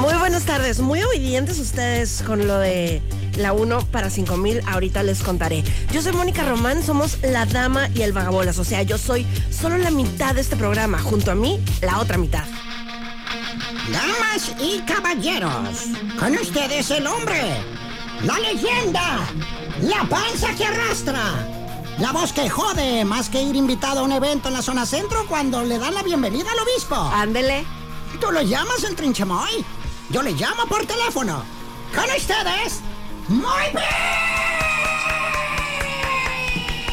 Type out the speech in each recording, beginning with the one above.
Muy buenas tardes, muy obedientes ustedes con lo de la 1 para 5000, ahorita les contaré. Yo soy Mónica Román, somos la dama y el vagabolas, o sea, yo soy solo la mitad de este programa, junto a mí, la otra mitad. Damas y caballeros, con ustedes el hombre, la leyenda, la panza que arrastra, la voz que jode más que ir invitado a un evento en la zona centro cuando le dan la bienvenida al obispo. Ándele. Tú lo llamas el trinchamoy, yo le llamo por teléfono. Con ustedes, muy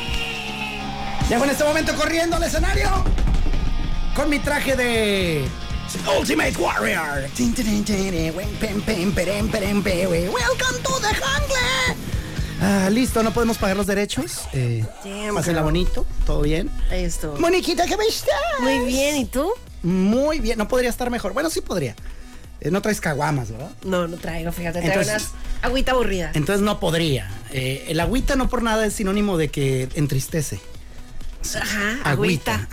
bien. Llego en este momento corriendo al escenario con mi traje de Ultimate Warrior. Tin, tin, tin, tin, eh, wen, pen, pen, peren, peren, pe, we. Welcome to the jungle. Ah, listo, no podemos pagar los derechos. Eh, Damn, pásenla girl. bonito, todo bien. Esto. Moniquita, ¿qué me estás? Muy bien, ¿y tú? Muy bien, no podría estar mejor. Bueno, sí podría. Eh, no traes caguamas, ¿verdad? No, no traigo, fíjate, traigo Entonces- unas agüita aburrida. Entonces no podría. Eh, el agüita no por nada es sinónimo de que entristece. Ajá, Ah, agüita.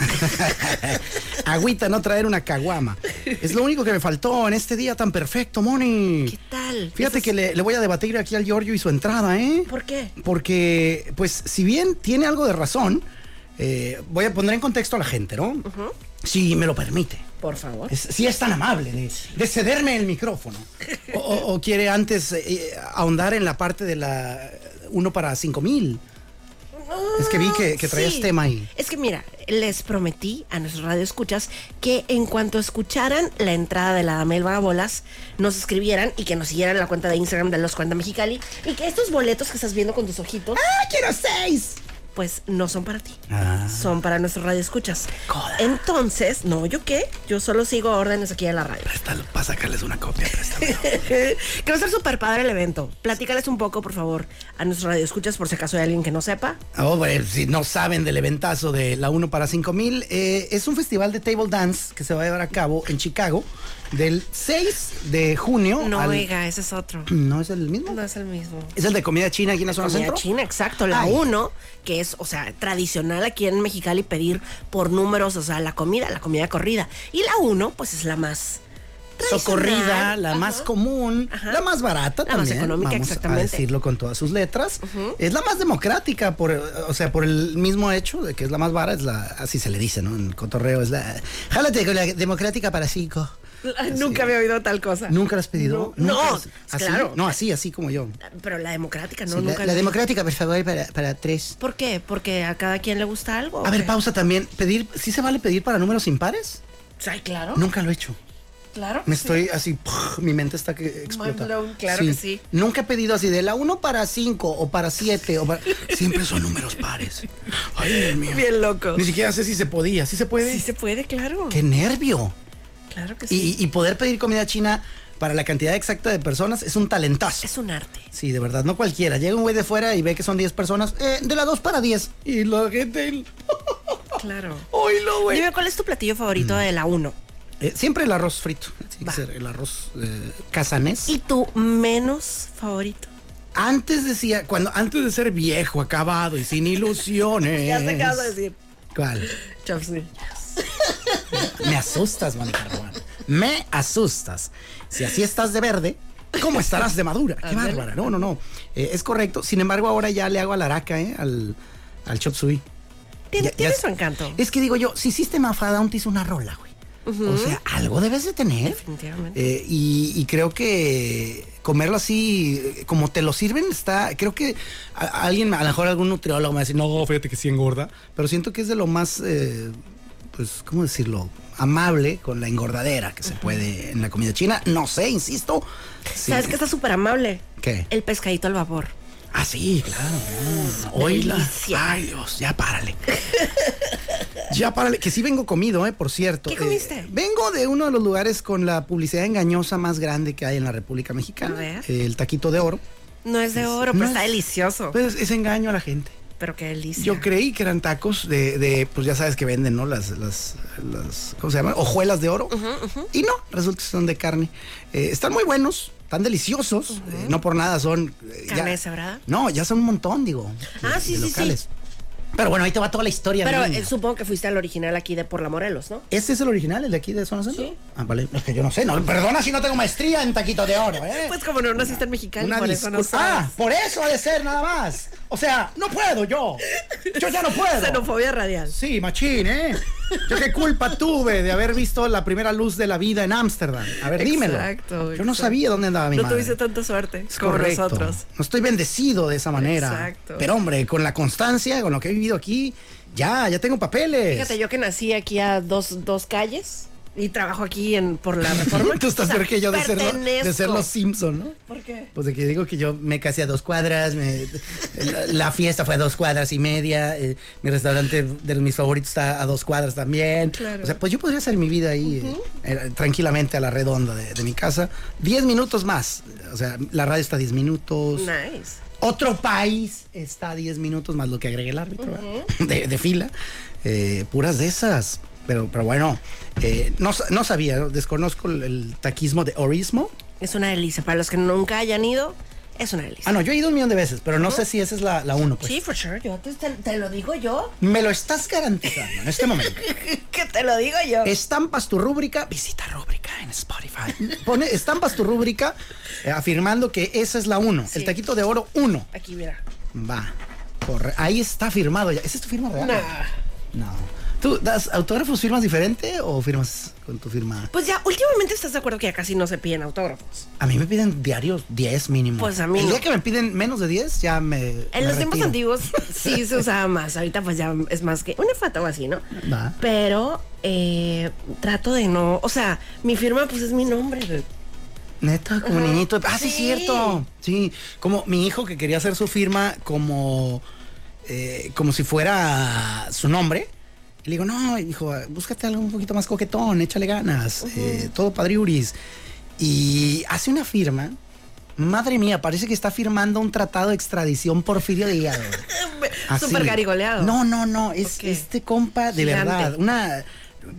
agüita, no traer una caguama. Es lo único que me faltó en este día tan perfecto, Moni. ¿Qué tal? Fíjate Eso que le, le voy a debatir aquí al Giorgio y su entrada, ¿eh? ¿Por qué? Porque, pues, si bien tiene algo de razón, eh, voy a poner en contexto a la gente, ¿no? Si me lo permite. Por favor. Es- si es tan amable de, de cederme el micrófono. O, o- o quiere antes eh, ahondar en la parte de la eh, uno para cinco mil. Es que vi que- que traías tema ahí. Es que mira, les prometí a nuestros radioescuchas que en cuanto escucharan la entrada de la Dama del Vagabolas, nos escribieran y que nos siguieran en la cuenta de Instagram de los 40 Mexicali y que estos boletos que estás viendo con tus ojitos, ¡Ah, quiero seis! pues no son para ti. Ah. Son para nuestros radioescuchas. Coda. Entonces, no, ¿yo qué? Yo solo sigo órdenes aquí en la radio. Préstalo, para sacarles una copia. préstalo. que va a ser súper padre el evento. Platícales un poco, por favor, a nuestros radioescuchas, por si acaso hay alguien que no sepa. Oh, bueno, si no saben del eventazo de la 1 para 5000, eh, es un festival de table dance que se va a llevar a cabo en Chicago del 6 de junio. No, al- oiga, ese es otro. ¿No es el mismo? No es el mismo. Es el de comida china aquí en la zona Comida centro. china, exacto, la Ay. uno, que es, o sea, tradicional aquí en Mexicali pedir por números, o sea, la comida, la comida corrida. Y la uno, pues es la más tradicional. socorrida, la Ajá. más común, Ajá. la más barata La más también. económica, vamos exactamente. A decirlo con todas sus letras. Es la más democrática, por, eh, o sea, por el mismo hecho de que es la más barata, es la, así se le dice, ¿no? En cotorreo es la. Jálate con la democrática para cinco. Ay, Nunca había oído tal cosa. ¿Nunca la has pedido? No, ¿Nunca no, has- así? claro. No, así, así como yo. Pero la democrática, no, Sí, nunca. la, la la vi. democrática, por favor, para, para tres. ¿Por qué? ¿Porque a cada quien le gusta algo? o A ver, qué? pausa también. Pedir, ¿sí se vale pedir para números impares? Ay, claro. Nunca lo he hecho. Claro. Me sí. estoy así, ¡puj! mi mente está que explota. blown, claro que sí. Nunca he pedido así de la 1 para 5 o para 7 o para... Siempre son números pares. Ay, Dios mío. Bien loco. Ni siquiera sé si se podía, si se puede. Sí se puede, claro. Qué nervio. Claro que sí. Y, y poder pedir comida china para la cantidad exacta de personas es un talentazo. Es un arte. Sí, de verdad, no cualquiera. Llega un güey de fuera y ve que son 10 personas, eh, de la 2 para 10. Y la gente... Claro. ¡Oilo, güey! Dime, ¿cuál es tu platillo favorito Mm. de la 1? Eh, siempre el arroz frito. Tiene que Va. ser el arroz eh, casanés. ¿Y tu menos favorito? Antes decía, cuando antes de ser viejo, acabado y sin ilusiones. Ya sé qué vas a decir. ¿Cuál? Chapsney. Me asustas, Mónica Román. Me asustas. Si así estás de verde, ¿cómo estarás de madura? Qué Ándale. bárbara. No, no, no. Eh, es correcto. Sin embargo, ahora ya le hago a la araca, ¿eh? Al, al chop suey. Tiene, Ya- ya tiene es- su encanto. Es que digo yo, si hiciste Mafadón, te hizo una rola, güey. O sea, algo debes de tener. Definitivamente. Eh, y, y creo que comerlo así, eh, como te lo sirven, está. Creo que a- a alguien, a lo mejor algún nutriólogo me va a decir, no, fíjate que sí engorda. Pero siento que es de lo más, eh, pues, ¿cómo decirlo? Amable con la engordadera que se puede en la comida china. No sé, insisto. Sí. ¿Sabes que está súper amable? ¿Qué? El pescadito al vapor. Ah, sí, claro. Mm, Oíla. delicia. Ay, Dios, ya párale. Ya párale, que sí vengo comido, eh, por cierto. ¿Qué Eh, comiste? vengo de uno de los lugares con la publicidad engañosa más grande que hay en la República Mexicana. A ver. El taquito de oro. No es de oro, pero No está es- delicioso. Pues es engaño a la gente. pero qué delicia. Yo creí que eran tacos de, de, pues ya sabes que venden, ¿no? Las, las, las, ¿cómo se llaman? Hojuelas de oro. Y no, resulta que son de carne. Eh, están muy buenos, están deliciosos. eh, no por nada son... eh, Carne deshebrada. No, ya son un montón, digo. de- Ah, sí, de sí, sí. Pero bueno, ahí te va toda la historia. Pero niña. eh, supongo que fuiste al original aquí de Por la Morelos, ¿no? ¿Este es el original, el de aquí de Zona Centro? Sí. Ah, vale. Es que yo no sé. No, perdona si no tengo maestría en taquito de oro, ¿eh? Pues como no naciste en Mexicali, Una por eso no discul- Ah, sabes. por eso ha de ser, nada más. O sea, no puedo yo. Yo ya no puedo. Xenofobia radial. Sí, machín, ¿eh? Yo qué culpa tuve de haber visto la primera luz de la vida en Ámsterdam. A ver, dímelo. Exacto, Yo no exacto. sabía dónde andaba mi no madre. tuviste tanta suerte Es como correcto. nosotros. No estoy bendecido de esa manera. Exacto. Pero hombre, con la constancia, con lo que he vivido aquí, ya, ya tengo papeles. Fíjate, yo que nací aquí a dos, dos calles y trabajo aquí en por la reforma. Tú estás O sea, peor que yo de ser, de ser pertenezco. los Simpson, ¿no? ¿Por qué? Pues de que digo que yo me casé a dos cuadras, me- la, la fiesta fue a dos cuadras y media, eh, mi restaurante de mis favoritos está a dos cuadras también. Claro. O sea, pues yo podría hacer mi vida ahí eh, eh, tranquilamente a la redonda de, de mi casa. Diez minutos más, o sea, la radio está a diez minutos. Nice. Otro país está a 10 minutos más lo que agregue el árbitro ¿verdad? de, de fila. Eh, puras de esas. Pero, pero bueno, eh, no, sa- no sabía, ¿no? desconozco el, el taquismo de Orismo. Es una delicia. Para los que nunca hayan ido, es una delicia. Ah, no, yo he ido un millón de veces, pero no sé si esa es la, la uno. Pues. Sí, for sure. Yo te, te- te lo digo yo. Me lo estás garantizando en este momento. que te lo digo yo. Estampas tu rúbrica, visita rúbrica en Spotify. Pone estampas tu rúbrica eh, afirmando que esa es la uno. Sí. El taquito de oro uno. Aquí, mira. Va. corre- Ahí está firmado ya. ¿Esa es tu firma real? Nah. No. ¿Tú das autógrafos, firmas diferente o firmas con tu firma? Pues ya, últimamente estás de acuerdo que ya casi no se piden autógrafos. A mí me piden diarios 10 mínimo. Pues a mí El día no. que me piden menos de 10, ya me. En los tiempos antiguos sí se usaba más. Ahorita pues ya es más que una foto o así, ¿no? Va. Pero eh, trato de no. O sea, mi firma pues es mi nombre. güey. Neta, como Ajá. niñito. Ah, sí, Sí. cierto. Sí. Como mi hijo que quería hacer su firma como. eh, como si fuera su nombre. Y le digo, no, hijo, búscate algo un poquito más coquetón, échale ganas. eh, todo padriuris. Y hace una firma. Madre mía, parece que está firmando un tratado de extradición Porfirio Díaz. Así. Súper garigoleado. Ah, No, no, no. Es Ok. este compa, de Gigante. verdad. Una.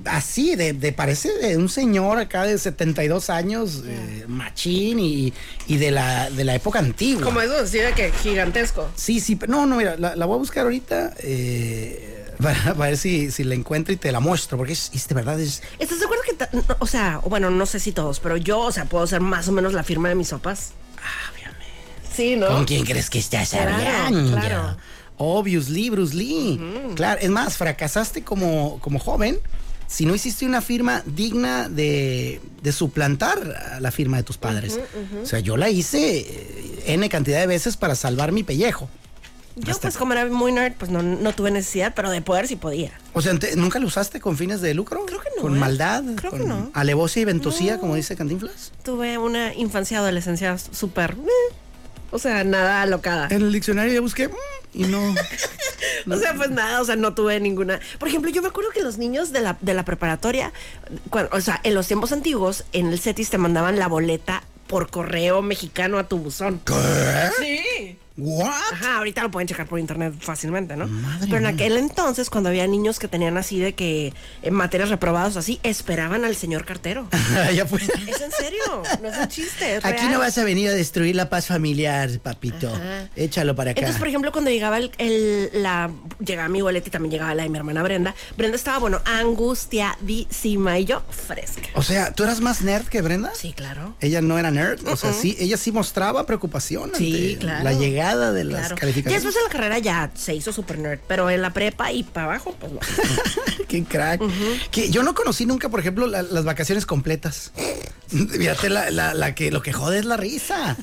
Así, de, de- parece de un señor acá de 72 años, eh, machín y, y de, la, de la época antigua. Como eso, sí, de que gigantesco. Sí, sí, pero- no, no, mira, la, la voy a buscar ahorita eh, para, para ver si, si la encuentro y te la muestro, porque es, es de verdad es. ¿Estás de acuerdo que, ta- no, o sea, bueno, no sé si todos, pero yo, o sea, puedo ser más o menos la firma de mis sopas? ah, Sí, ¿no? ¿Con quién crees que estás Claro, hablando? claro. Obviously, Bruce Lee. Claro, es más, fracasaste como, como joven si no hiciste una firma digna de, de suplantar a la firma de tus padres. O sea, yo la hice eh, N cantidad de veces para salvar mi pellejo. Yo, Hasta- pues, como era muy nerd, pues no, no tuve necesidad, pero de poder sí podía. O sea, ente- ¿nunca lo usaste con fines de lucro? Creo que no, ¿Con ¿eh? maldad? Creo que ¿Con no. alevosía y ventosía, como dice Cantinflas? Tuve una infancia adolescencia súper. eh, o sea, nada alocada. En el diccionario ya busqué mm, y no. O sea, pues nada, o sea, no tuve ninguna. Por ejemplo, yo me acuerdo que los niños de la, de la preparatoria, cuan- o sea, en los tiempos antiguos, en el CETIS te mandaban la boleta por correo mexicano a tu buzón. ¿Qué? Sí. ¿What? Ajá, ahorita lo pueden checar por internet fácilmente, ¿no? Madre Pero en mía. aquel entonces, cuando había niños que tenían así de que en materias reprobadas o así, esperaban al señor cartero. ya fue. Es en serio, no es un chiste. es Aquí real. no vas a venir a destruir la paz familiar, papito. Ajá. Échalo para acá. Entonces, por ejemplo, cuando llegaba el, el- la llegaba mi boleta y también llegaba la de mi hermana Brenda, Brenda estaba, bueno, angustiadísima y yo fresca. o sea, ¿tú eras más nerd que Brenda? Sí, claro. Ella no era nerd, o sea, sí, ella sí mostraba preocupación Sí, ante claro. la llegada de las Claro. Ya calificaciones. después en la carrera ya se hizo super nerd, pero en la prepa y para abajo, pues no. Qué crack. que yo no conocí nunca, por ejemplo, la- las vacaciones completas. Fíjate, la, la- la que, lo que jode es la risa.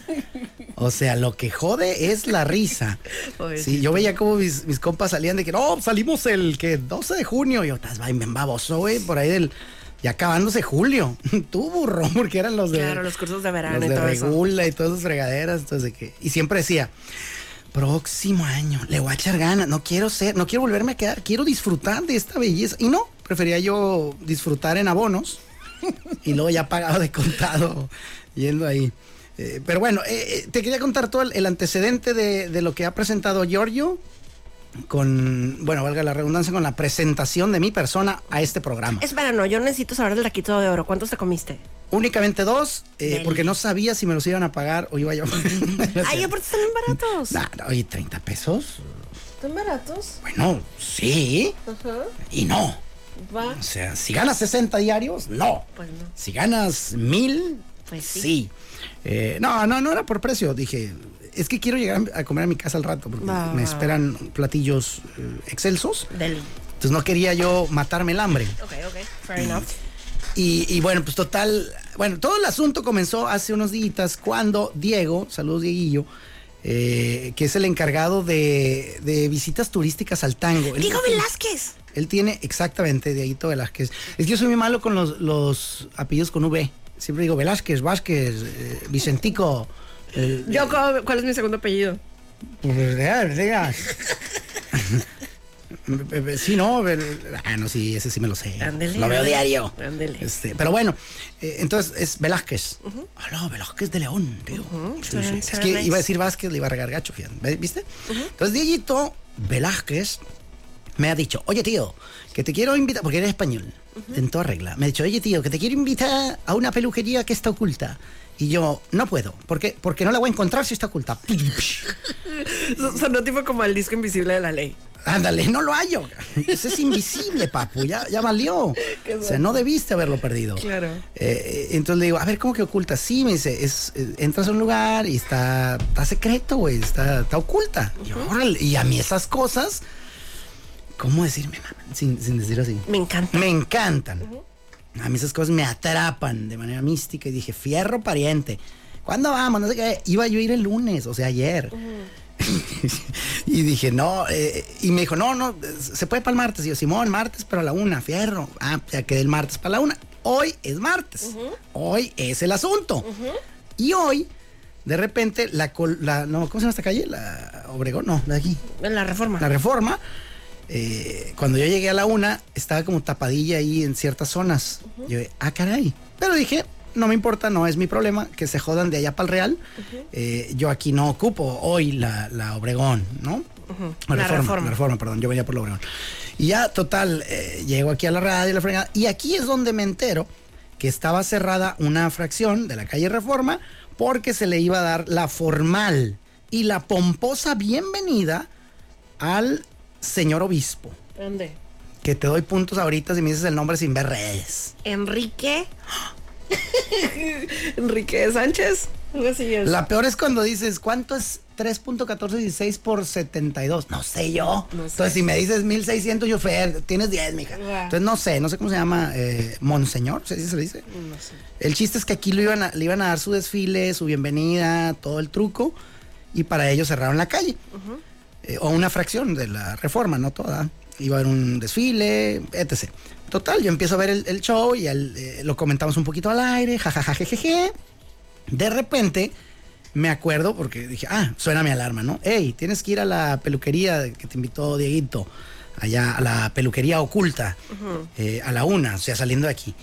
O sea, lo que jode es la risa. Pues Sí, yo veía como mis, mis compas salían de que no, salimos el que 12 de junio. Y yo, estás bien bien baboso, güey, por ahí del. Ya acabándose julio. Tú, burro, porque eran los de. Claro, los cursos de verano los y de todo eso. regula y todas esas fregaderas. Entonces, de que, y siempre decía, próximo año le voy a echar ganas, no quiero ser, no quiero volverme a quedar, quiero disfrutar de esta belleza. Y no, prefería yo disfrutar en abonos y luego ya pagado de contado yendo ahí. Eh, pero bueno, eh, eh, te quería contar todo el, el antecedente de, de lo que ha presentado Giorgio con, bueno, valga la redundancia, con la presentación de mi persona a este programa. Espera, no, yo necesito saber del taquito de oro. ¿Cuántos te comiste? Únicamente dos, eh, Deli. porque no sabía si me los iban a pagar o iba yo. Ay, aparte están bien baratos. Nah, nah, oye, 30 pesos. ¿Están baratos? Bueno, sí Ajá. y no. Va. O sea, si ganas 60 diarios, no. Pues no. Si ganas mil, Pues sí. sí. Eh, no, no, no era por precio. Dije, es que quiero llegar a comer a mi casa al rato porque Va. me esperan platillos eh, excelsos. Deli. Entonces no quería yo matarme el hambre. Ok, ok. Fair enough. Y, y bueno, pues total, bueno, todo el asunto comenzó hace unos días cuando Diego, saludos Dieguillo, eh, que es el encargado de, de visitas turísticas al tango. Él- Diego Velázquez. Él tiene exactamente Dieguito Velázquez. Es que yo soy muy malo con los, los apellidos con V. Siempre digo Velázquez, Vázquez, eh, Vicentico. eh, Yo, ¿cuál cuál es mi segundo apellido? pues, ya, diga. Sí, no, vel- ah, no, sí, ese sí me lo sé. Ándele. lo veo diario. Ándele. Este, pero bueno, eh, entonces es Velázquez. Hola, Velázquez de León, digo. Sí, suena- sí. Es suena que nice. iba a decir Vázquez, le iba a regar gacho, fíjate, ¿ve- ¿viste? Entonces, Dieguito Velázquez me ha dicho, oye tío, que te quiero invitar, porque eres español, en toda regla. Me ha dicho, oye tío, que te quiero invitar a una peluquería que está oculta. Y yo, no puedo, ¿por qué? Porque no la voy a encontrar si está oculta. So- Sonó tipo como el disco invisible de la ley. Ándale, no lo hallo. Ese es invisible, papu. Ya, ya valió. O sea, no debiste haberlo perdido. Claro. Eh, eh, entonces le digo, a ver, ¿cómo que oculta? Sí, me dice, es, eh, entras a un lugar y está, está secreto, güey, está, está oculta. Y, yo, órale, y a mí esas cosas, ¿cómo decirme, mamá? Sin, sin decir así. Me encanta. Me encantan. A mí esas cosas me atrapan de manera mística y dije, fierro pariente. ¿Cuándo vamos? No sé qué. Iba yo a ir el lunes, o sea, ayer. y dije, no. eh, y me dijo, no, no, se puede para el martes. Y yo, Simón, martes, pero a la una, fierro. Ah, ya quedé el martes para la una. Hoy es martes. Hoy es el asunto. Y hoy, de repente, la, col- la. No, ¿cómo se llama esta calle? La Obregón, no, la de aquí En Mm. la reforma. la reforma. eh, cuando yo llegué a la una, estaba como tapadilla ahí en ciertas zonas. Yo, ah, caray. Pero dije, no me importa, no es mi problema, que se jodan de allá para el Real. Eh, yo aquí no ocupo hoy la, la Obregón, ¿no? O La Reforma. La Reforma, perdón, yo venía por la Obregón. Y ya, total, eh, llego aquí a la radio, la fregada, y aquí es donde me entero que estaba cerrada una fracción de la calle Reforma porque se le iba a dar la formal y la pomposa bienvenida al señor obispo, ¿Dónde? que te doy puntos ahorita si me dices el nombre sin ver redes. Enrique. Enrique Sánchez. Algo así es. La peor es cuando dices, ¿cuánto es 3.1416 por 72? No sé yo. No sé. Entonces, si me dices 1.600, yo, Fer, tienes 10, mija. Guau. Entonces, no sé, no sé cómo se llama, eh, Monseñor, ¿se dice? se le dice? No sé. El chiste es que aquí lo iban a- le iban a dar su desfile, su bienvenida, todo el truco, y para ello cerraron la calle. Eh, o una fracción de la reforma, no toda. Iba a haber un desfile, etc. Total, yo empiezo a ver el, el show y al- eh, lo comentamos un poquito al aire, jajaja, jejeje. De repente, me acuerdo porque dije, ah, suena mi alarma, ¿no? Hey, tienes que ir a la peluquería que te invitó Dieguito, allá a la peluquería oculta, eh, a la una, o sea, saliendo de aquí.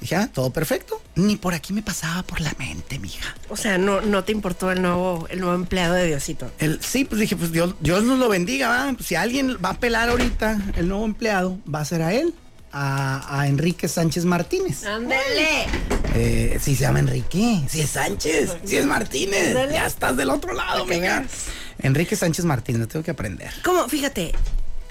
Dije, ah, todo perfecto. Ni por aquí me pasaba por la mente, mija. O sea, no, no te importó el nuevo, el nuevo empleado de Diosito. El, sí, pues dije, pues Dios, Dios nos lo bendiga, ¿va? Pues Si alguien va a pelar ahorita, el nuevo empleado, va a ser a él, a, a Enrique Sánchez Martínez. ¡Ándele! Eh, sí, se llama Enrique. Sí, es Sánchez. Sí, es Martínez. Ya estás del otro lado, mija. Enrique Sánchez Martínez, tengo que aprender. Como, fíjate,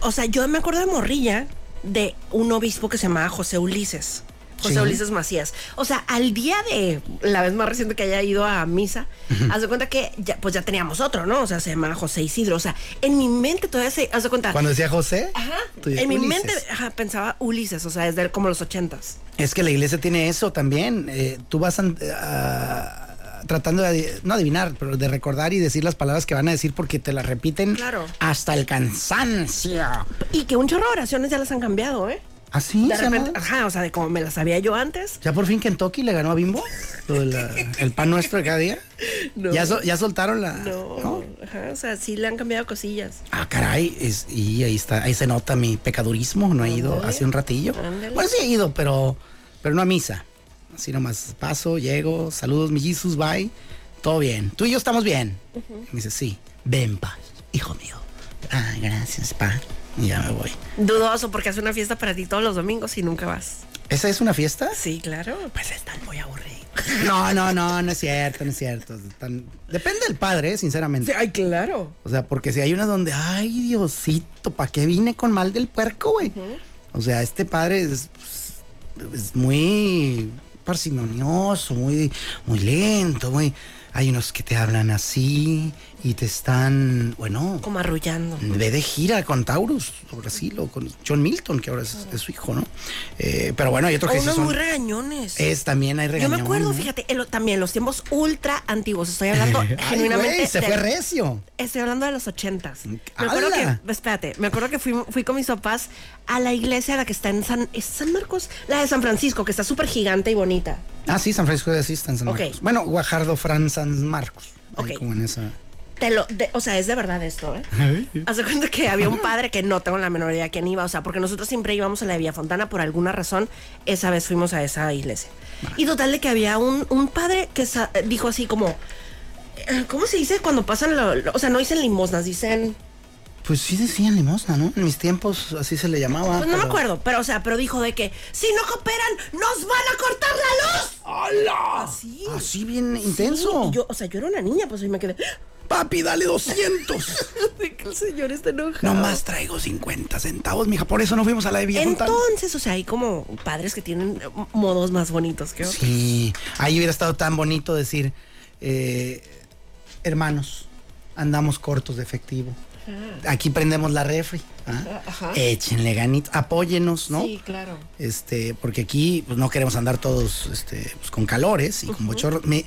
o sea, yo me acuerdo de Morrilla de un obispo que se llamaba José Ulises. José Sí. Ulises Macías. O sea, al día de la vez más reciente que haya ido a misa, haz de cuenta que ya, pues ya teníamos otro, ¿no? O sea, se llamaba José Isidro. O sea, en mi mente todavía se. Haz de cuenta. Cuando decía José, Ah. Ajá. tú dices, En mi Ulises. mente ajá, pensaba Ulises, o sea, desde como los ochentas. Es que la iglesia tiene eso también. eh, tú vas an- a- tratando de, adi- no adivinar, pero de recordar y decir las palabras que van a decir porque te las repiten Claro. hasta el cansancio. Y que un chorro de oraciones ya las han cambiado, ¿eh? ¿Así? De se repente, llama? ajá, o sea, de como me las sabía yo antes. ¿Ya por fin Kentucky le ganó a Bimbo? Lo de la- el pan nuestro de cada día. No. ¿Ya, sol- ya soltaron la... No. ¿no? Ajá, o sea, sí le han cambiado cosillas. Ah, caray, es, y ahí está, ahí se nota mi pecadurismo, no he ido hace un ratillo. Ándale. Bueno, sí he ido, pero, pero no a misa. Así nomás paso, llego, saludos, mi Jesus, bye, todo bien. Tú y yo estamos bien. Y me dice, sí, ven, pa, hijo mío. Ah, gracias, pa. Y ya me voy. Dudoso, porque hace una fiesta para ti todos los domingos y nunca vas. ¿Esa es una fiesta? Sí, claro. Pues están muy aburridos. No, no, no, no es cierto, no es cierto. Están- Depende del padre, eh, sinceramente. ay, claro. O sea, porque si hay una donde, ay, Diosito, ¿para qué vine con mal del puerco, güey? O sea, este padre es, pues, es muy parsimonioso, muy, muy lento, muy... Hay unos que te hablan así y te están, bueno, Como arrullando. ve de gira con Taurus o Brasil o con John Milton, que ahora es, es su hijo, ¿no? Eh, pero bueno, hay otro O que sí unos son- muy regañones. es también hay Yo regañón. me acuerdo, ¿no? fíjate, en lo- también los tiempos ultra antiguos. Estoy hablando Ay, genuinamente. güey, se de- fue recio. Estoy hablando de los ochentas. Me acuerdo ¡Hala! que, espérate, me acuerdo que fui, fui con mis papás a la iglesia, la que está en San, ¿es San Marcos, la de San Francisco, que está súper gigante y bonita. Ah, sí, San Francisco de Asís está en San Ok. Marcos. Bueno, Guajardo, Fran, San Marcos. Ahí Ok. Como en esa. Te lo, de- o sea, es de verdad esto, ¿eh? Haz de cuenta que había un padre que no tengo la menor idea quién iba, o sea, porque nosotros siempre íbamos a la de Villa Fontana por alguna razón, esa vez fuimos a esa iglesia. Y total de que había un, un padre que sa- dijo así como, eh, ¿cómo se dice cuando pasan, lo- lo- o sea, no dicen limosnas, dicen... Pues sí decían limosna, ¿no? En mis tiempos así se le llamaba. Pues no me pero- acuerdo, pero o sea, pero dijo de que si no cooperan, nos van a cortar la luz. ¡Hala! Así. Así bien Sí, intenso. y yo, o sea, yo era una niña, pues ahí me quedé. Papi, dale 200. De que el señor está enojado. Nomás traigo 50 centavos, mija. Por eso no fuimos a la de Villa Fontana. Entonces, o sea, hay como padres que tienen eh, modos más bonitos que otros. Sí, ahí hubiera estado tan bonito decir, eh, hermanos, andamos cortos de efectivo. Aquí prendemos la refri. ¿ah? Ajá. Échenle ganitas, apóyenos, ¿no? claro. Este, porque aquí pues, no queremos andar todos este, pues, con calores y con bochorros. Me-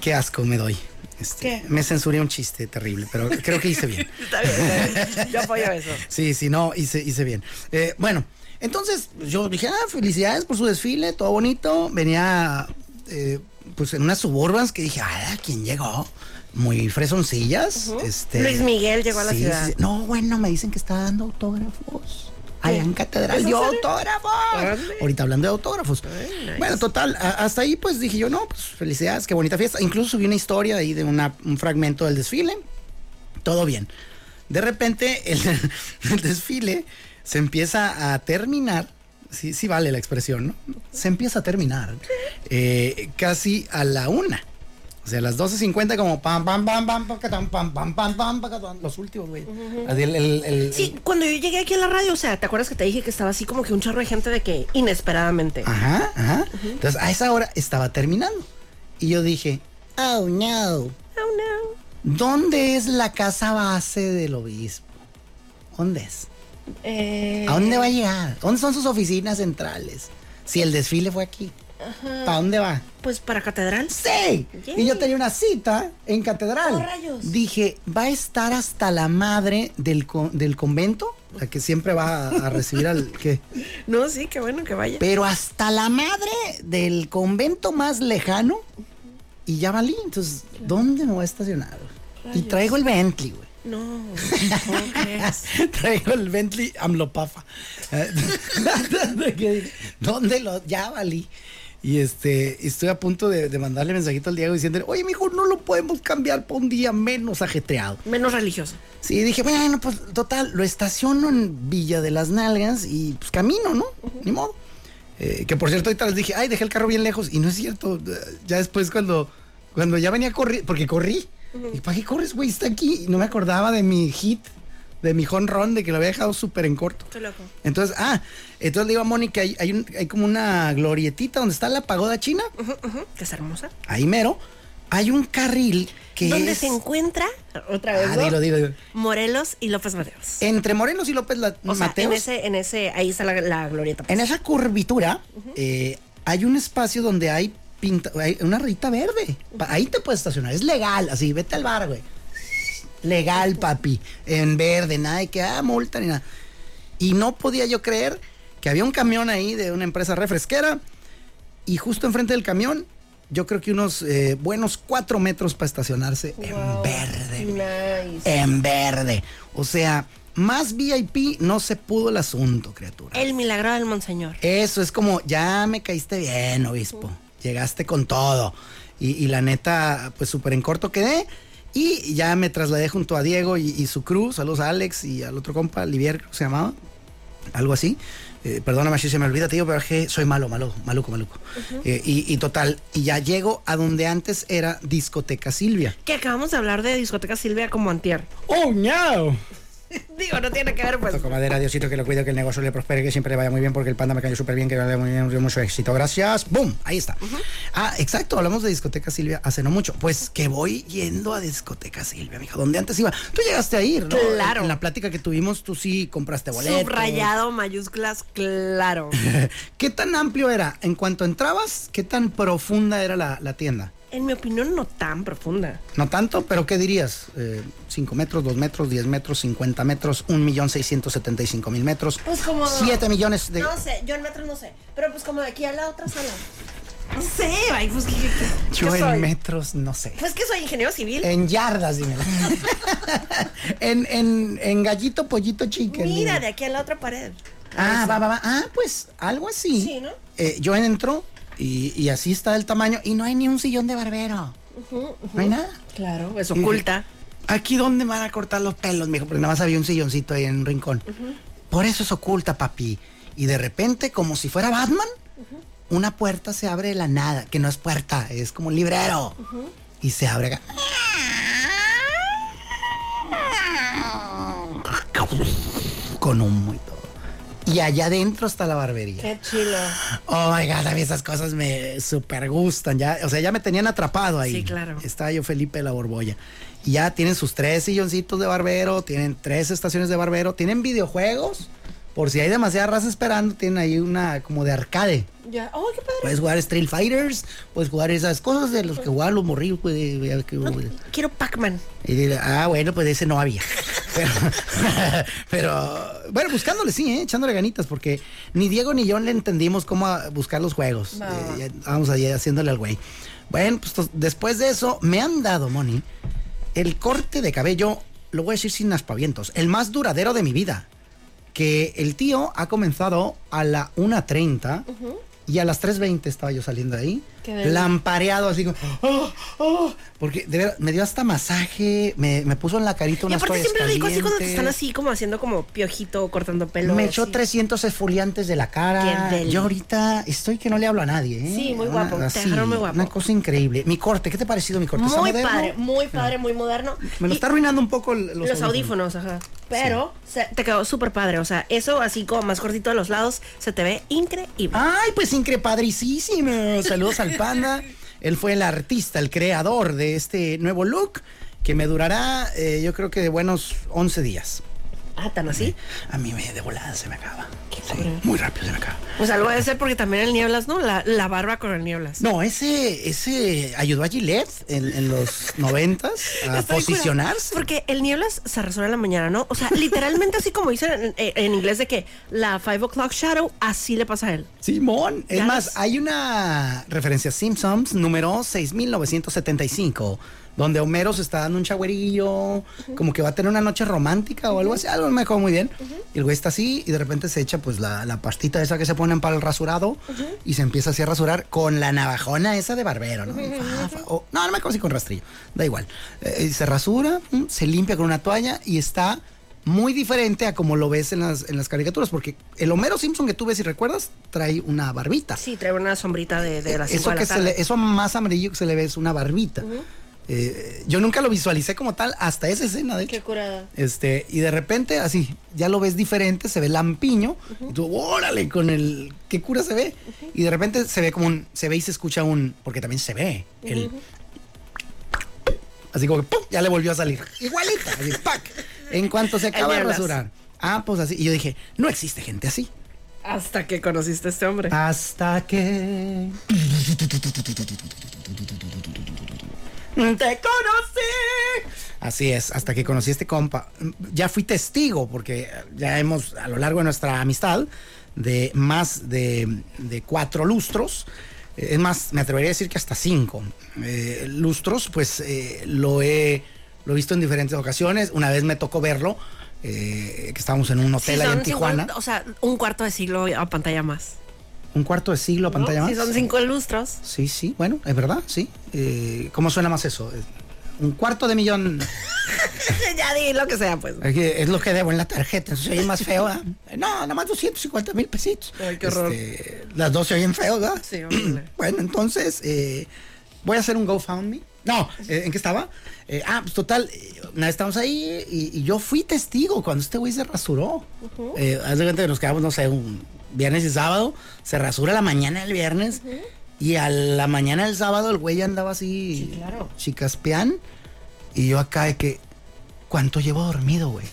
qué asco me doy. Este, ¿Qué? Me censuré un chiste terrible, pero creo que hice bien. Está bien, está bien. Yo apoyo eso. Sí, sí, no, hice, hice bien. Eh, bueno, entonces yo dije, ah, felicidades por su desfile, todo bonito. Venía, eh, pues, en unas suburbans que dije, ah, ¿quién llegó? Muy fresoncillas. este, Luis Miguel llegó a la sí, ciudad. sí, sí. No, bueno, me dicen que está dando autógrafos. Allá en Catedral, ¿Es en dio serio? autógrafos. Órale. Ahorita hablando de autógrafos. nice. Bueno, total, a- hasta ahí pues dije yo, no, pues felicidades, qué bonita fiesta. Incluso subí una historia ahí de una- un fragmento del desfile todo bien. De repente el, el desfile se empieza a terminar, sí, sí vale la expresión, ¿no? Se empieza a terminar eh, casi a la una. O sea, a las 12.50 como pam, pam, pam, pam, pacatán, pam, pam, pam, pam, pacatán, los últimos, güey. Así el- el- el- Sí, cuando yo llegué aquí a la radio, o sea, ¿te acuerdas que te dije que estaba así como que un chorro de gente de que inesperadamente? Ajá, ajá. Entonces a esa hora estaba terminando. Y yo dije, oh no. Oh, no. ¿Dónde es la casa base del obispo? ¿Dónde es? eh, ¿A dónde va a llegar? ¿Dónde son sus oficinas centrales? Si el desfile fue aquí. ¿Para dónde va? Pues para catedral. ¡Sí! Yay. Y yo tenía una cita en catedral. ¡Oh, rayos! Dije, va a estar hasta la madre del, co- del convento, la que siempre va a, a recibir al... ¿qué? No, sí, qué bueno que vaya. Pero hasta la madre del convento más lejano y ya valí. Entonces, ¿dónde me voy a estacionar? Y traigo el Bentley, güey. No, ¿cómo crees? Traigo el Bentley Amlopafa. Eh, ¿Dónde lo? Ya valí. Y este, y estoy a punto de, de mandarle mensajito al Diego diciéndole, oye, mijo, no lo podemos cambiar por un día menos ajetreado. Menos religioso. Sí, dije, bueno, pues total, lo estaciono en Villa de las Nalgas y pues camino, ¿no? Ni modo. Eh, que por cierto, ahorita les dije, ay, dejé el carro bien lejos. Y no es cierto. eh, Ya después, cuando, cuando ya venía corriendo, porque corrí. ¿Y para qué corres, güey? Está aquí. Y no me acordaba de mi hit, de mi home run, de que lo había dejado súper en corto. Qué loco. Entonces, ah, entonces le digo a Mónica, hay, hay, un- hay como una glorietita donde está la pagoda china. Que es hermosa. Ahí mero. Hay un carril que ¿Dónde es... se encuentra? Otra vez. Ah, ¿no? dilo, dilo, dilo. Morelos y López Mateos. Entre Morelos y López la- o sea, Mateos. en ese, en ese, ahí está la, la glorieta. pues. En esa curvitura eh, hay un espacio donde hay, pinta, hay una rayita verde. Pa- Ahí te puedes estacionar. Es legal, así, vete al bar, güey. Legal, papi. En verde, nada de que, ah, multa ni nada. Y no podía yo creer que había un camión ahí de una empresa refresquera y justo enfrente del camión yo creo que unos eh, buenos cuatro metros para estacionarse en Wow. verde. Eh. güey. Nice. En verde. O sea, más VIP no se pudo el asunto, criatura. El milagro del monseñor. Eso es como, ya me caíste bien, obispo. Llegaste con todo. Y, y la neta, pues súper en corto quedé. Y ya me trasladé junto a Diego y, y su crew. Saludos a Alex y al otro compa, Livier, creo que se llamaba. Algo así. Eh, perdóname si se me olvida, tío, pero es que soy malo, malo, maluco, maluco. Eh, y, y total, y ya llego a donde antes era discoteca Silvia. Que acabamos de hablar de discoteca Silvia como antier. ¡Oh, no! Digo, no tiene que ver, pues. Toco madera, Diosito, que lo cuide, que el negocio le prospere, que siempre le vaya muy bien, porque el panda me cayó súper bien, que le vaya muy bien, mucho éxito. Gracias. ¡Bum! Ahí está. Ah, exacto, hablamos de discoteca Silvia hace no mucho. Pues que voy yendo a discoteca Silvia, mijo, donde antes iba. Tú llegaste a ir, ¿no? Claro. En la plática que tuvimos, tú sí compraste boletos. Subrayado, mayúsculas, claro. ¿Qué tan amplio era? En cuanto entrabas, ¿qué tan profunda era la, la tienda? En mi opinión, no tan profunda. No tanto, pero ¿qué dirías? Eh, ¿5 metros, 2 metros, 10 metros, 50 metros, 1.675.000 metros? Pues como- 7 millones de... No sé, yo en metros no sé. Pero pues como de aquí a la otra sala. No sé, ay, pues que. Yo en metros, no sé. Pues que soy ingeniero civil. En yardas, dime. en, en, en gallito, pollito, chicken. Mira, dime. de aquí a la otra pared. Ah, va, va, va. Ah, pues algo así. Sí, ¿no? Eh, yo entro y, y así está el tamaño y no hay ni un sillón de barbero. No hay nada. Claro, es oculta. Aquí dónde me van a cortar los pelos, mijo, porque nada más había un silloncito ahí en un rincón. Por eso es oculta, papi. Y de repente, como si fuera Batman, una puerta se abre de la nada, que no es puerta, es como un librero. Y se abre acá. Con humo y todo. Y allá adentro está la barbería. Qué chilo. Oh my god, a mí esas cosas me super gustan. Ya, o sea, ya me tenían atrapado ahí. Sí, claro. Estaba yo Felipe de la Borbolla. Y ya tienen sus tres silloncitos de barbero, tienen tres estaciones de barbero, tienen videojuegos. Por si hay demasiada raza esperando, tienen ahí una como de arcade. Ya. Oh, qué padre. Puedes jugar Street Fighters, puedes jugar esas cosas de los que jugaban los morrillos. pues, de- que- Quiero Pac-Man. y dirá, ah, bueno, pues ese no había. Pero, pero, bueno, buscándole sí, ¿eh? echándole ganitas, porque ni Diego ni yo le entendimos cómo a- buscar los juegos. Eh, ya vamos ahí haciéndole al güey. Bueno, pues tos- después de eso, me han dado, Moni, el corte de cabello, lo voy a decir sin aspavientos, el más duradero de mi vida. Que el tío ha comenzado a la 1.30 y a las 3.20 estaba yo saliendo de ahí. Qué delicia. Lampareado, así como, "Oh, oh", porque de verdad, me dio hasta masaje, me, me puso en la carita Y unas aparte toallas siempre rico así cuando te calientes. están así como haciendo como piojito o cortando pelo. Me echó sí. 300 esfoliantes de la cara. Qué deli. Yo ahorita estoy que no le hablo a nadie. ¿eh? Sí, muy Una- guapo, te así, dejaron muy guapo. Una cosa increíble. Mi corte, ¿qué te ha parecido mi corte? ¿Está Muy moderno? padre, muy padre, muy moderno. Ah. Me lo Y está arruinando un poco el- los, los audífonos, ajá. Pero se- te quedó súper padre. O sea, eso así como más cortito de los lados, se te ve increíble. Ay, pues increpadricísimo. Saludos al panda. Él fue el artista, el creador de este nuevo look que me durará, eh, yo creo que de buenos 11 días. Ah, tan así. A mí me de volada se me acaba. Sí, muy rápido se me acaba. Pues algo debe ser porque también el nieblas, ¿no? La, la barba con el nieblas. No, ese, ese ayudó a Gillette en, en los noventas a Está bien curado. posicionarse. Porque el nieblas se resuelve en la mañana, ¿no? O sea, literalmente así como dicen en, en- en inglés de que la 5 o'clock shadow, así le pasa a él. Simón, es Ya más, ves. hay una referencia a Simpsons número 6975, donde Homero se está dando un chagüerillo, como que va a tener una noche romántica o algo así, algo no me acuerdo muy bien. Y el güey está así y de repente se echa pues la, la pastita esa que se ponen para el rasurado y se empieza así a rasurar con la navajona esa de barbero, ¿no? Fa, fa, o- no, no me acuerdo si con rastrillo, da igual. Eh, eh, se rasura, mm, se limpia con una toalla y está muy diferente a como lo ves en las, en las caricaturas, porque el Homero Simpson que tú ves y recuerdas trae una barbita. Sí, trae una sombrita de, de las 5 eso, de la que se tarde. le- eso más amarillo que se le ve es una barbita. Eh, yo nunca lo visualicé como tal hasta esa escena, de hecho. curada. Este, y de repente, así, ya lo ves diferente, se ve lampiño, y tú, órale, con el, qué cura se ve. Y de repente se ve como un, se ve y se escucha un, porque también se ve, el, así como que, ¡pum! ya le volvió a salir, igualita, así, ¡pac! En cuanto se acaba de Ñablas. rasurar. Ah, pues así, y yo dije, no existe gente así. Hasta que conociste a este hombre. Ah, Hasta que... ¡Te conocí! Así es, hasta que conocí a este compa. Ya fui testigo, porque ya hemos, a lo largo de nuestra amistad, de más de, de cuatro lustros, Eh, Es más, me atrevería a decir que hasta cinco eh, lustros, pues eh, lo, he, lo he visto en diferentes ocasiones. Una vez me tocó verlo, eh, que estábamos en un hotel ahí en Tijuana. o sea, un cuarto de siglo a pantalla más. Un cuarto de siglo a ¿no? pantalla más. Si son cinco lustros. Sí, sí, bueno, es verdad, sí. Eh, ¿Cómo suena más eso? Eh, Un cuarto de millón. ya di lo que sea, pues. Es que es lo que debo en la tarjeta, eso se oye más feo. ¿verdad? No, nada más 250 mil pesitos. Ay, qué horror. Este, las dos se oyen ¿ah? feo, ¿verdad? Sí, horrible. bueno, entonces, eh, voy a hacer un GoFundMe. No, eh, ¿en qué estaba? Eh, ah, pues total, eh, una vez estábamos ahí y, y yo fui testigo cuando este güey se rasuró. Eh, haz de cuenta que nos quedamos, no sé, un viernes y sábado, se rasura la mañana del viernes y a la mañana del sábado el güey ya andaba así, chicas pean, y yo acá de que, ¿cuánto llevo dormido, güey?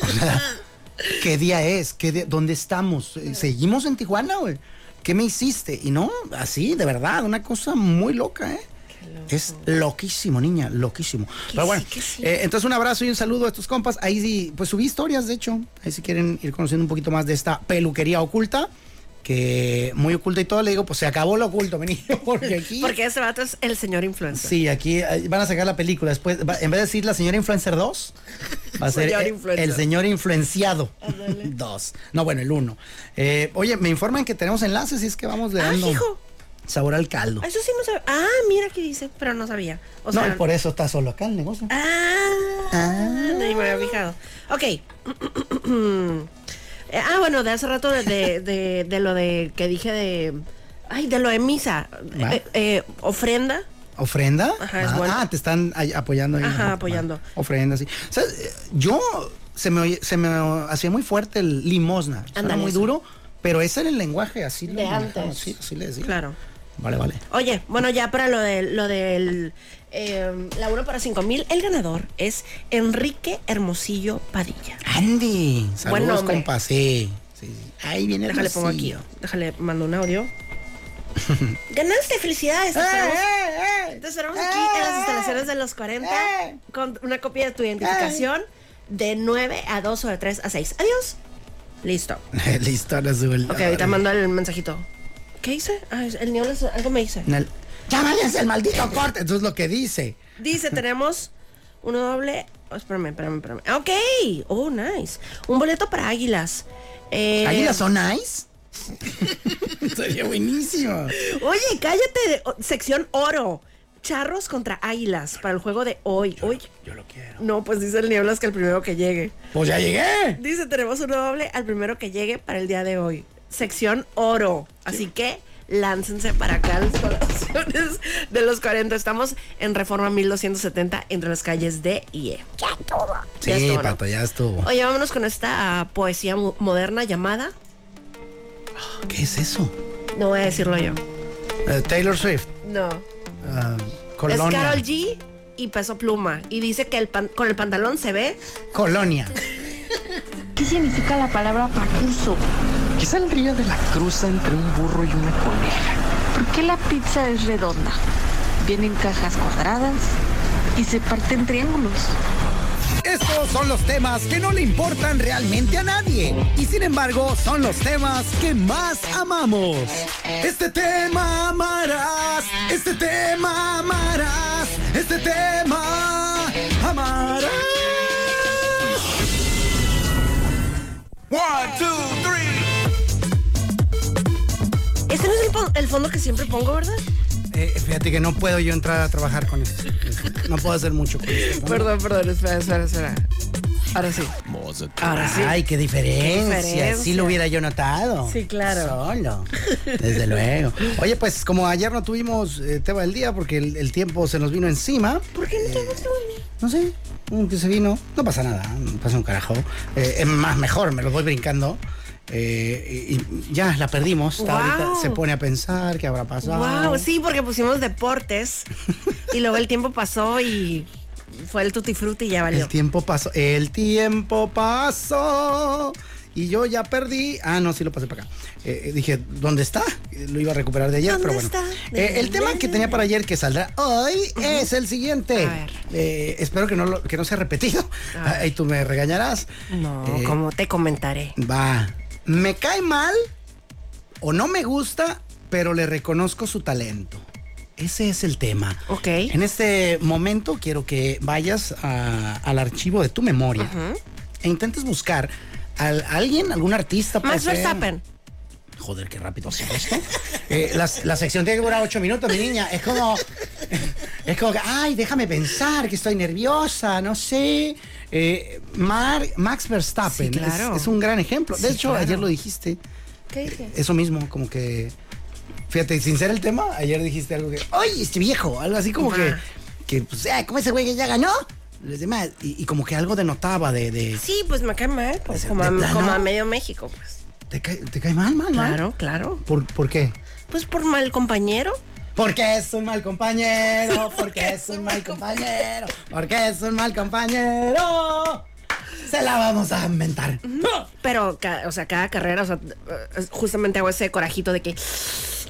O sea, ¿qué día es? ¿Qué día- ¿Dónde estamos? Eh, ¿Seguimos en Tijuana, güey? ¿Qué me hiciste? Y no, así, de verdad, una cosa muy loca, ¿eh? Es loquísimo, niña, loquísimo. Pero bueno, eh, entonces un abrazo y un saludo a estos compas. Ahí sí, pues subí historias, de hecho. Ahí si quieren ir conociendo un poquito más de esta peluquería oculta, que muy oculta y todo, le digo, pues se acabó lo oculto, vení, porque aquí... Porque este vato es el señor influencer. Sí, aquí eh, van a sacar la película. Después, va- en vez de decir la señora influencer 2, va a ser Señor eh, influencer. el señor influenciado 2. No, bueno, el 1. oye, me informan que tenemos enlaces y es que vamos le Ah, dando hijo. sabor al caldo. Eso sí no sabía. Ah, mira aquí dice, pero no sabía. O no, sea, y por eso está solo acá el negocio. Ah, nadie me había fijado. Ok. Eh, ah, bueno, de hace rato de, de- de- de lo de que dije de. Ay, de lo de misa. Va. Eh, eh, ofrenda. ¿Ofrenda? Ajá, es ah, bueno. ah, te están ay- apoyando. ahí. Ajá, apoyando. Ofrenda, sí. O sea, eh, yo se me, oye- se me hacía muy fuerte el limosna. Era Ándale, muy sí. duro, pero ese era el lenguaje así. lo De manejaban, antes. Sí, así le decía. Claro. Vale, vale. Oye, bueno, ya para lo, de, lo del eh, la 1 para 5 mil, el ganador es Enrique Hermosillo Padilla. Andy, Buen saludos nombre. compa, sí. sí, sí. Ahí viene el Déjale, pongo aquí. rocío. Déjale, mando un audio. Ganaste, felicidades. Te ¡Eh, esperamos, te esperamos aquí en las instalaciones de los 40 ¡Eh! con una copia de tu identificación de 9 a 2 o de 3 a 6. Adiós. Listo. Listo, la sube el- Ok, ahorita mando el mensajito. ¿Qué hice? Ah, el niño algo me dice. En el- Ya váyanse el maldito corte, eso es lo que dice. Dice, tenemos uno doble. oh, espérame, espérame, espérame. Ah, Ok. Oh, nice. Un boleto para águilas. Eh, ¿Águilas son nice? Sería buenísimo. Oye, cállate. o- Sección oro. Charros contra águilas para el juego de hoy. Oye. Yo lo quiero. No, pues dice el Nieblas que el primero que llegue. Pues ya llegué. Dice, tenemos uno doble al primero que llegue para el día de hoy. Sección oro. Así que láncense para acá a las instalaciones de los 40. Estamos en Reforma 1270 entre las calles de IE. Sí, Ya estuvo, ¿no? pato, ya estuvo. Oye, vámonos con esta ah, poesía mo- moderna llamada. ¿Qué es eso? No voy a decirlo yo. Eh, Taylor Swift. No. ah, Colonia. Es Carol G y peso pluma. Y dice que el pan- con el pantalón se ve. Colonia. ¿Qué significa la palabra pacuso? ¿Qué saldría de la cruza entre un burro y una coneja? ¿Por qué la pizza es redonda? Viene en cajas cuadradas y se parte en triángulos. Estos son los temas que no le importan realmente a nadie y sin embargo son los temas que más amamos. Este tema amarás, este tema amarás, este tema amarás. Este no es el, po- el fondo que siempre pongo, ¿verdad? Eh, fíjate que no puedo yo entrar a trabajar con esto. No puedo hacer mucho con esto. Perdón, perdón, espera, espera, espera. Ahora sí. Ahora sí. Ay, qué diferencia. Qué diferencia. Sí lo hubiera yo notado. Sí, claro. Solo. Desde luego. Oye, pues como ayer no tuvimos eh, tema del día porque el, el tiempo se nos vino encima. ¿Por qué no te gusta mami? No sé, un que se vino. No pasa nada, no pasa un carajo. Eh, es más, mejor, me lo voy brincando. Eh, y, y ya la perdimos. Está Guau. Ahorita se pone a pensar qué habrá pasado. Wow, sí, porque pusimos deportes y luego el tiempo pasó y fue el tutti frutti y ya valió. El tiempo pasó. El tiempo pasó. Y yo ya perdí. Ah, no, sí lo pasé para acá. Eh, eh, dije, ¿dónde está? Eh, Lo iba a recuperar de ayer, ¿Dónde pero bueno. está? Eh, el tema que tenía para ayer que saldrá hoy es el siguiente. A ver. Eh, espero que no, lo- que no sea repetido. Ahí tú me regañarás. No, Eh, como te comentaré. Va. Me cae mal o no me gusta, pero le reconozco su talento. Ese es el tema. Ok. En este momento quiero que vayas a- al archivo de tu memoria e intentes buscar a alguien, algún artista. puede Max ser. Verstappen. Joder, qué rápido se esto. Eh, la, la sección tiene que durar ocho minutos, mi niña. Es como. Es como que, ay, déjame pensar, que estoy nerviosa, no sé. Eh, Mar- Max Verstappen Sí, claro. es, es un gran ejemplo. De Sí, hecho, claro. ayer lo dijiste. Eh, ¿Qué dije? Eso mismo, como que. Fíjate, sin ser el tema, ayer dijiste algo que. ¡Ay, este viejo! Algo así como que. Ajá. Que, pues, eh, como ese güey que ya ganó. Los demás. Y, y como que algo denotaba de. de Sí, pues me cae mal, pues, ¿De como, a, plano? como a medio México, pues. ¿te, cae, te cae mal, mal, mal? Claro, claro. ¿Por, ¿Por qué? Pues por mal compañero. Porque es un mal compañero, porque es un mal compañero, porque es un mal compañero. Se la vamos a inventar. Pero, ca- o sea, cada carrera, o sea, eh, justamente hago ese corajito de que,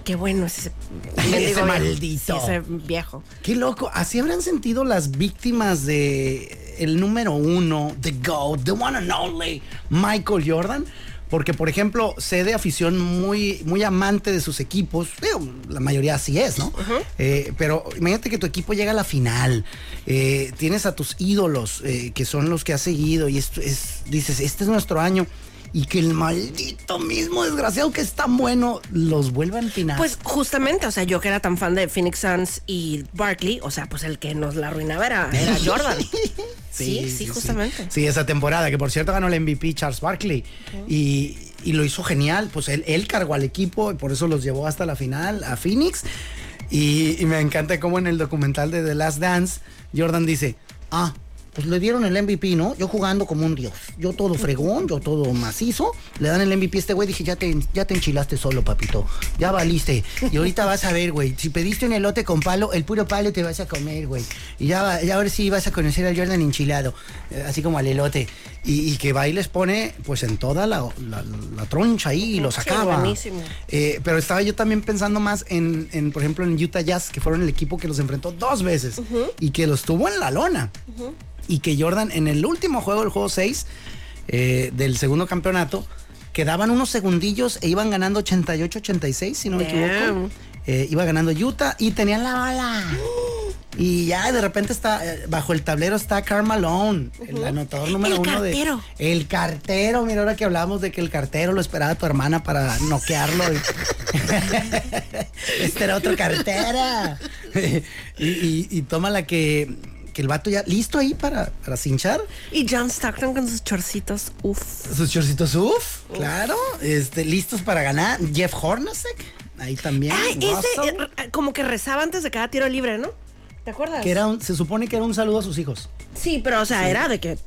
qué bueno es ese, mendigo viejo, maldito. Ese viejo. Qué loco, así habrán sentido las víctimas de el número uno, The GOAT, The One and Only, Michael Jordan. Porque, por ejemplo, sé de afición muy, muy amante de sus equipos. Digo, la mayoría así es, ¿no? Eh, pero imagínate que tu equipo llega a la final. eh, tienes a tus ídolos, eh, que son los que has seguido. Y esto es, dices, este es nuestro año. Y que el maldito mismo desgraciado que es tan bueno los vuelva en final. Pues justamente, o sea, yo que era tan fan de Phoenix Suns y Barkley, o sea, pues el que nos la arruinaba era, era Jordan. Sí, sí, justamente. Sí, esa temporada, que por cierto ganó el MVP Charles Barkley. y, y lo hizo genial. Pues él, él cargó al equipo y por eso los llevó hasta la final a Phoenix. Y, y me encanta cómo en el documental de The Last Dance, Jordan dice: Ah, pues le dieron el MVP, ¿no? Yo jugando como un dios. Yo todo fregón, yo todo macizo. Le dan el MVP a este güey. Dije, ya te, ya te enchilaste solo, papito. Ya valiste. Y ahorita vas a ver, güey. Si pediste un elote con palo, el puro palo te vas a comer, güey. Y ya, va- ya ahora sí vas a conocer al Jordan enchilado. eh, así como al elote. Y, y que va y les pone, pues en toda la, la- la troncha ahí y los Sí, acaba. buenísimo. Eh, pero estaba yo también pensando más en, en, por ejemplo, en Utah Jazz, que fueron el equipo que los enfrentó dos veces y que los tuvo en la lona. Y que Jordan, en el último juego, el juego 6 del segundo campeonato, quedaban unos segundillos e iban ganando 88-86, si no me equivoco. Damn. Eh, iba ganando Utah y tenían la bala. Y ya de repente está eh, bajo el tablero está Karl Malone, el anotador número El uno de- cartero. el cartero, mira, ahora que hablamos de que el cartero lo esperaba tu hermana para noquearlo. y- este era otro cartera. y, y, y toma la que, que el vato ya listo ahí para, para cinchar. Y John Stockton con sus chorcitos, uff. Sus chorcitos, uff, claro. Este, listos para ganar. Jeff Hornacek, ahí también. Ah, ese, Russell, eh, r- como que rezaba antes de cada tiro libre, ¿no? ¿Te acuerdas? que era un- se supone que era un saludo a sus hijos. Sí, pero, o sea, era de que,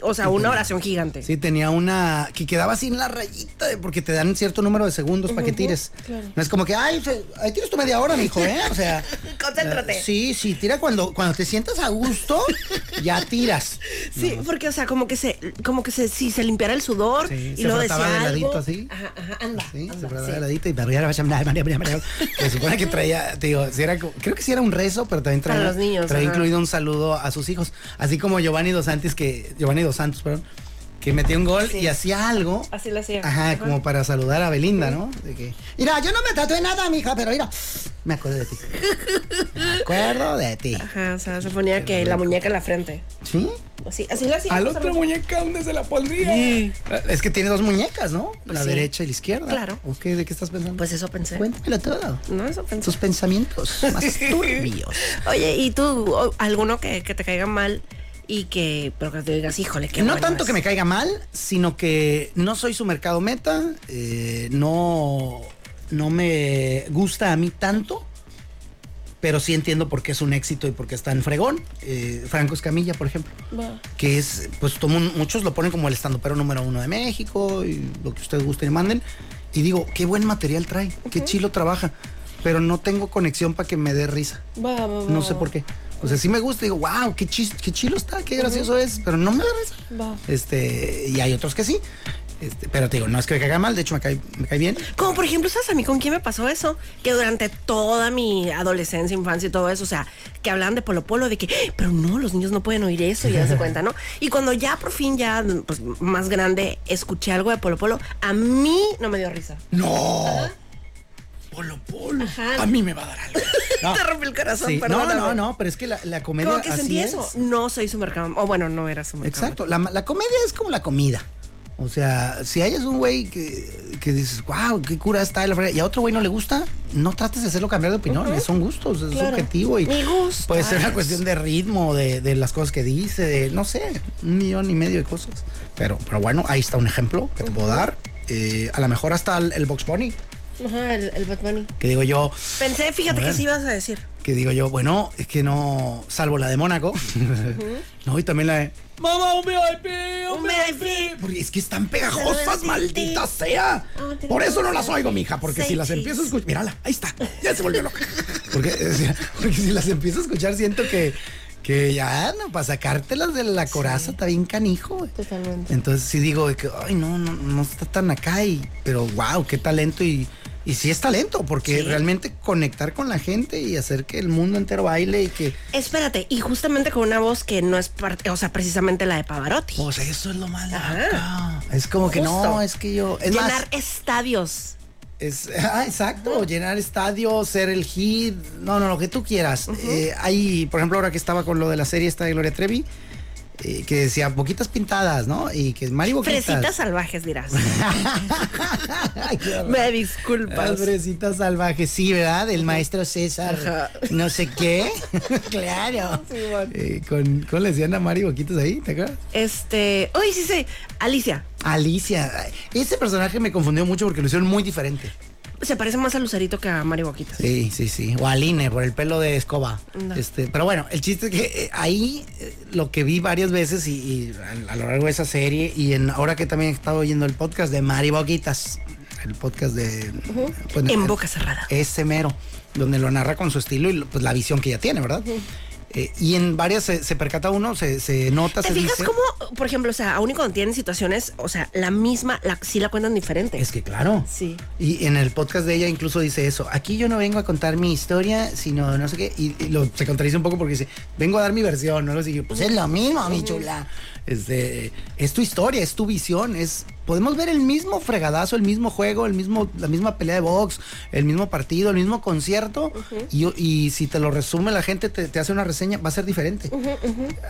o sea, una oración gigante. Sí, tenía una que quedaba así en la rayita, de- porque te dan cierto número de segundos para que tires. No es como que, ay, fe- ahí tienes tu media hora, mijo, ¿eh? O sea. Concéntrate. eh, sí, sí, tira cuando, cuando te sientas a gusto, ya tiras. Sí, porque, o sea, como que se, como que se, sí, se limpiara el sudor Sí, y se luego decía frotaba de algo. ladito así. Ajá, ajá, anda, Sí, se anda, paraba sí. de ladito y María, María, María, María, María. Se supone que traía, te digo, si era, co- creo que sí era un rezo, pero también traía, Para los niños, traía ajá. incluido un saludo a sus hijos. Así como Giovanni Dos Santos, que, Giovanni Dos Santos, perdón, que metió un gol y hacía algo. Así lo hacía. Ajá, como para saludar a Belinda, ¿no? De que, mira, yo no me tatué nada, mija, pero mira, me acuerdo de ti. Me acuerdo de ti. Ajá, o sea, se ponía que la muñeca en la frente. ¿Sí? Así, así lo hacía. justamente. muñeca, ¿dónde se la pondría? Eh, Es que tiene dos muñecas, ¿no? La Sí. derecha y la izquierda. Claro. ¿O qué? ¿De qué estás pensando? Pues eso pensé. Cuéntamelo todo. No, eso pensé. Tus pensamientos más turbios. Oye, ¿y tú o- alguno que, que te caiga mal y que, pero que te digas, híjole, que no tanto que me caiga mal, sino que no soy su mercado meta, eh, no, no me gusta a mí tanto, pero sí entiendo por qué es un éxito y por qué está en fregón. Eh, Franco Escamilla, por ejemplo, que es, pues tomo un- muchos lo ponen como el estandopero número uno de México y lo que ustedes gusten y manden. Y digo, qué buen material trae, qué chilo trabaja, pero no tengo conexión para que me dé risa. No sé por qué. O sea, sí me gusta, digo, wow, qué, chis- qué chilo está, qué gracioso es, pero no me da risa. Este, y hay otros que sí. Este, pero te digo, no es que me caiga mal, de hecho me cae, me cae bien. Como por ejemplo, ¿sabes a mí con quién me pasó eso? Que durante toda mi adolescencia, infancia y todo eso, o sea, que hablaban de Polo Polo, de que, "Eh, pero no, los niños no pueden oír eso, y ya se cuenta, ¿no? Y cuando ya por fin, ya pues, más grande, escuché algo de Polo Polo, a mí no me dio risa. No. Polo Polo. Ajá. A mí me va a dar algo. No. Te rompe el corazón, Sí, No, perdóname. no, no, pero es que la, la comedia. Como que así sentí es. eso. No soy su mercado. O bueno, no era su mercado. Exacto. La, la comedia es como la comida. O sea, si hayas un güey que, que dices, wow, qué cura está, la fregada", y a otro güey no le gusta, no trates de hacerlo cambiar de opinión. Son gustos, es Claro. subjetivo. Y Me gusta. Puede ser una cuestión de ritmo, de, de las cosas que dice, de no sé, un millón y medio de cosas. Pero, pero bueno, ahí está un ejemplo que te puedo dar. Eh, a lo mejor hasta el, el Box Bunny, Ajá, el, el Bad Bunny. que digo yo, Pensé, fíjate que Bueno. sí ibas a decir. que digo yo, bueno, es que no, salvo la de Mónaco, no, y también la de Mamá, un VIP, un VIP, porque es que están pegajosas, maldita sea. Ah, Por eso no las oigo, mija, porque si las empiezo a escuchar, mírala, ahí está, ya se volvió loca. Porque, eh, porque si las empiezo a escuchar, siento que, que ya, no, para sacártelas de la coraza está bien canijo. güey. Totalmente. Entonces sí digo de que, ay, no, no, no está tan acá, y, pero wow, qué talento y... Y sí es talento, porque realmente conectar con la gente y hacer que el mundo entero baile y que... Espérate, y justamente con una voz que no es parte, o sea, precisamente la de Pavarotti. Pues eso es lo malo. Ajá. Es como que Justo. no, es que yo... Es Llenar más, estadios. es- ah, exacto, llenar estadios, ser el hit, no, no, lo que tú quieras. Eh, hay, por ejemplo, ahora que estaba con lo de la serie esta de Gloria Trevi, eh, que decía Boquitas Pintadas, ¿no? Y que Mari Boquitas... Fresitas salvajes, dirás. Ay, qué horror. Me disculpas. Pobrecita salvaje, sí, ¿verdad? El maestro César, Ajá. no sé qué. claro. Eh, con, con la decían a Mari Boquitas ahí, ¿te acuerdas? Este. Uy, sí, sí. Alicia. Alicia. ay, Ese personaje me confundió mucho porque lo hicieron muy diferente. Se parece más a Lucerito que a Mario Boquitas. Sí, sí, sí. O Aline, por el pelo de escoba. No. Este, pero bueno, el chiste es que eh, ahí eh, lo que vi varias veces y, y a, a lo largo de esa serie y en ahora que también he estado oyendo el podcast de Mari Boquitas, el podcast de... En pues, eh, boca cerrada. Ese mero, donde lo narra con su estilo y lo- pues, la visión que ella tiene, ¿verdad? Eh, y en varias se, se percata uno, se, se nota, ¿Te se fijas dice... cómo, por ejemplo, o sea, aún y cuando tienen situaciones, o sea, la misma, la, sí la cuentan diferente? Es que claro. Sí. Y en el podcast de ella incluso dice eso. Aquí yo no vengo a contar mi historia, sino no sé qué. Y, y lo, se contradice un poco porque dice, vengo a dar mi versión, ¿no? Lo sigue. Pues es lo mismo, mi chula. Este, es tu historia, es tu visión, es. Podemos ver el mismo fregadazo, el mismo juego, el mismo, la misma pelea de box, el mismo partido, el mismo concierto. y, y si te lo resume la gente, te, te hace una reseña, va a ser diferente.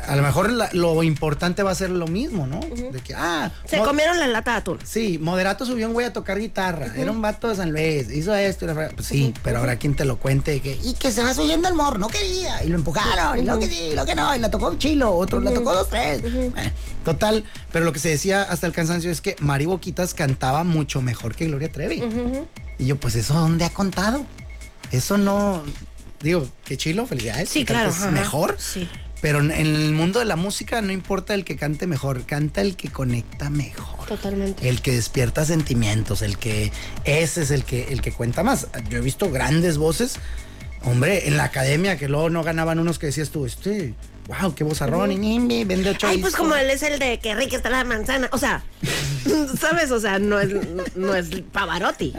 A lo mejor la- lo importante va a ser lo mismo, ¿no? De que, ah, Se no- comieron la lata de atún. Sí, Moderato subió un güey a tocar guitarra. Era un vato de San Luis. Hizo esto. y la fregada. Pues sí, pero habrá quien te lo cuente. de Que, y que se va subiendo el morro. No quería. Y lo empujaron. Y lo que sí, y lo que no. Y la tocó un chilo. Otro la tocó dos, tres. Bueno, total. Pero lo que se decía hasta el cansancio es que Mari Boquitas cantaba mucho mejor que Gloria Trevi. Y yo, pues eso, ¿dónde ha contado? Eso no. Digo, qué chilo, felicidades. Sí, que claro, cantes ajá. mejor. Sí. Pero en en el mundo de la música no importa el que cante mejor, canta el que conecta mejor. Totalmente. El que despierta sentimientos, el que ese es el que el que cuenta más. Yo he visto grandes voces, hombre, en la academia que luego no ganaban unos que decías tú, este, wow, qué vozarrón, y nimbi, vende ocho Ay, pues discos". como él es el de que rica está la manzana. O sea, ¿sabes? O sea, no es, no es Pavarotti.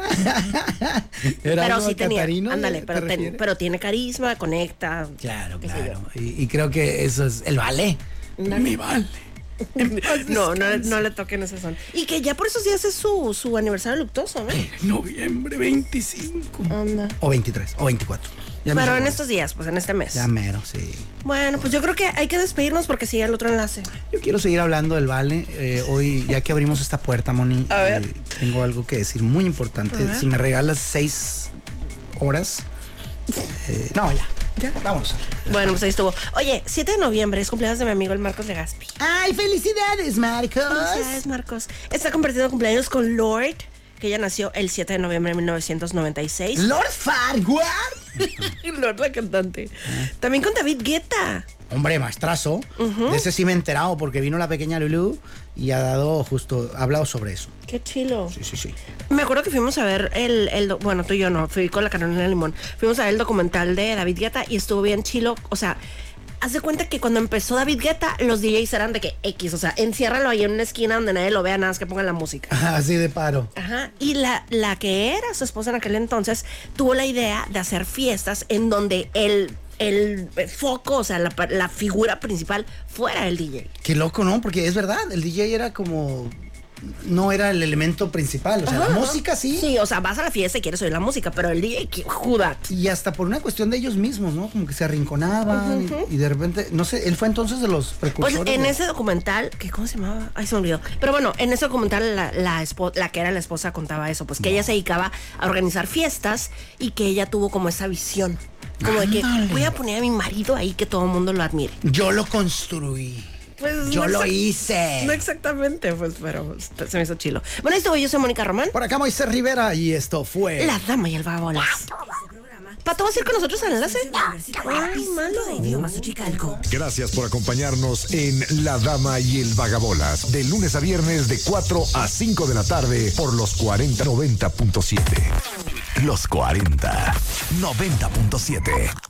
pero Erasmo sí tenía. Catarino, ándale, ¿te pero, ten- refieres? pero tiene carisma, conecta. Claro, claro. Y, y creo que eso es el ballet. Mi ballet. No, no, no le toquen ese son. Y que ya por esos días es su, su aniversario luctuoso, ¿no? Noviembre 25. Anda. O 23, o 24. Ya me Ah. Pero en acordé. estos días, pues en este mes. Ya mero, sí. Bueno, pues yo creo que hay que despedirnos porque sigue el otro enlace. Yo quiero seguir hablando del vale. eh, hoy, ya que abrimos esta puerta, Moni, A eh, ver. tengo algo que decir muy importante. Si me regalas seis horas. eh, no, ya. Ya, vamos. Bueno, pues ahí estuvo. Oye, 7 de noviembre es cumpleaños de mi amigo el Marcos Legaspi. ¡Ay, felicidades, Marcos! Felicidades, Marcos. Está compartiendo cumpleaños con Lord, que ella nació el 7 de noviembre de 1996. Lord Farquhar. Lord, la cantante. También con David Guetta. Hombre, maestrazo. De ese sí me he enterado porque vino la pequeña Lulu y ha dado justo, ha hablado sobre eso. Qué chilo. Sí, sí, sí. Me acuerdo que fuimos a ver el, el do- bueno, tú y yo no, fui con la Carolina Limón. Fuimos a ver el documental de David Guetta y estuvo bien chilo, o sea, haz de cuenta que cuando empezó David Guetta, los DJs eran de que X, o sea, enciérralo ahí en una esquina donde nadie lo vea, nada más que pongan la música. Así de paro. Ajá, y la, la que era su esposa en aquel entonces tuvo la idea de hacer fiestas en donde el, el foco, o sea, la, pa- la figura principal fuera el DJ. Qué loco, ¿no? Porque es verdad, el DJ era como no era el elemento principal. O sea, la Ajá, música ajá. sí. Sí, o sea, vas a la fiesta y quieres oír la música, pero el DJ, que- judat. Y hasta por una cuestión de ellos mismos, ¿no? Como que se arrinconaban y, y de repente, no sé, él fue entonces de los Pues precursores. en de- ese documental, que ¿cómo se llamaba? Ay, se me olvidó. Pero bueno, en ese documental la, la, espo- la que era la esposa contaba eso, pues que ella se dedicaba a organizar fiestas y que ella tuvo como esa visión. Como de que voy a poner a mi marido ahí que todo el mundo lo admire. Yo lo construí. Pues, Yo no lo exact- hice. No exactamente, pues, pero se me hizo chilo. Bueno, esto yo soy Mónica Román, Por acá Moisés Rivera y esto fue... la dama y el vagabolas. ¿Pato vas a ir con nosotros al enlace? Ay, malo. de idioma Xochicalco. Gracias por acompañarnos en La Dama y el Vagabolas, de lunes a viernes de 4 a 5 de la tarde por los 4090.7. Los 40 90.7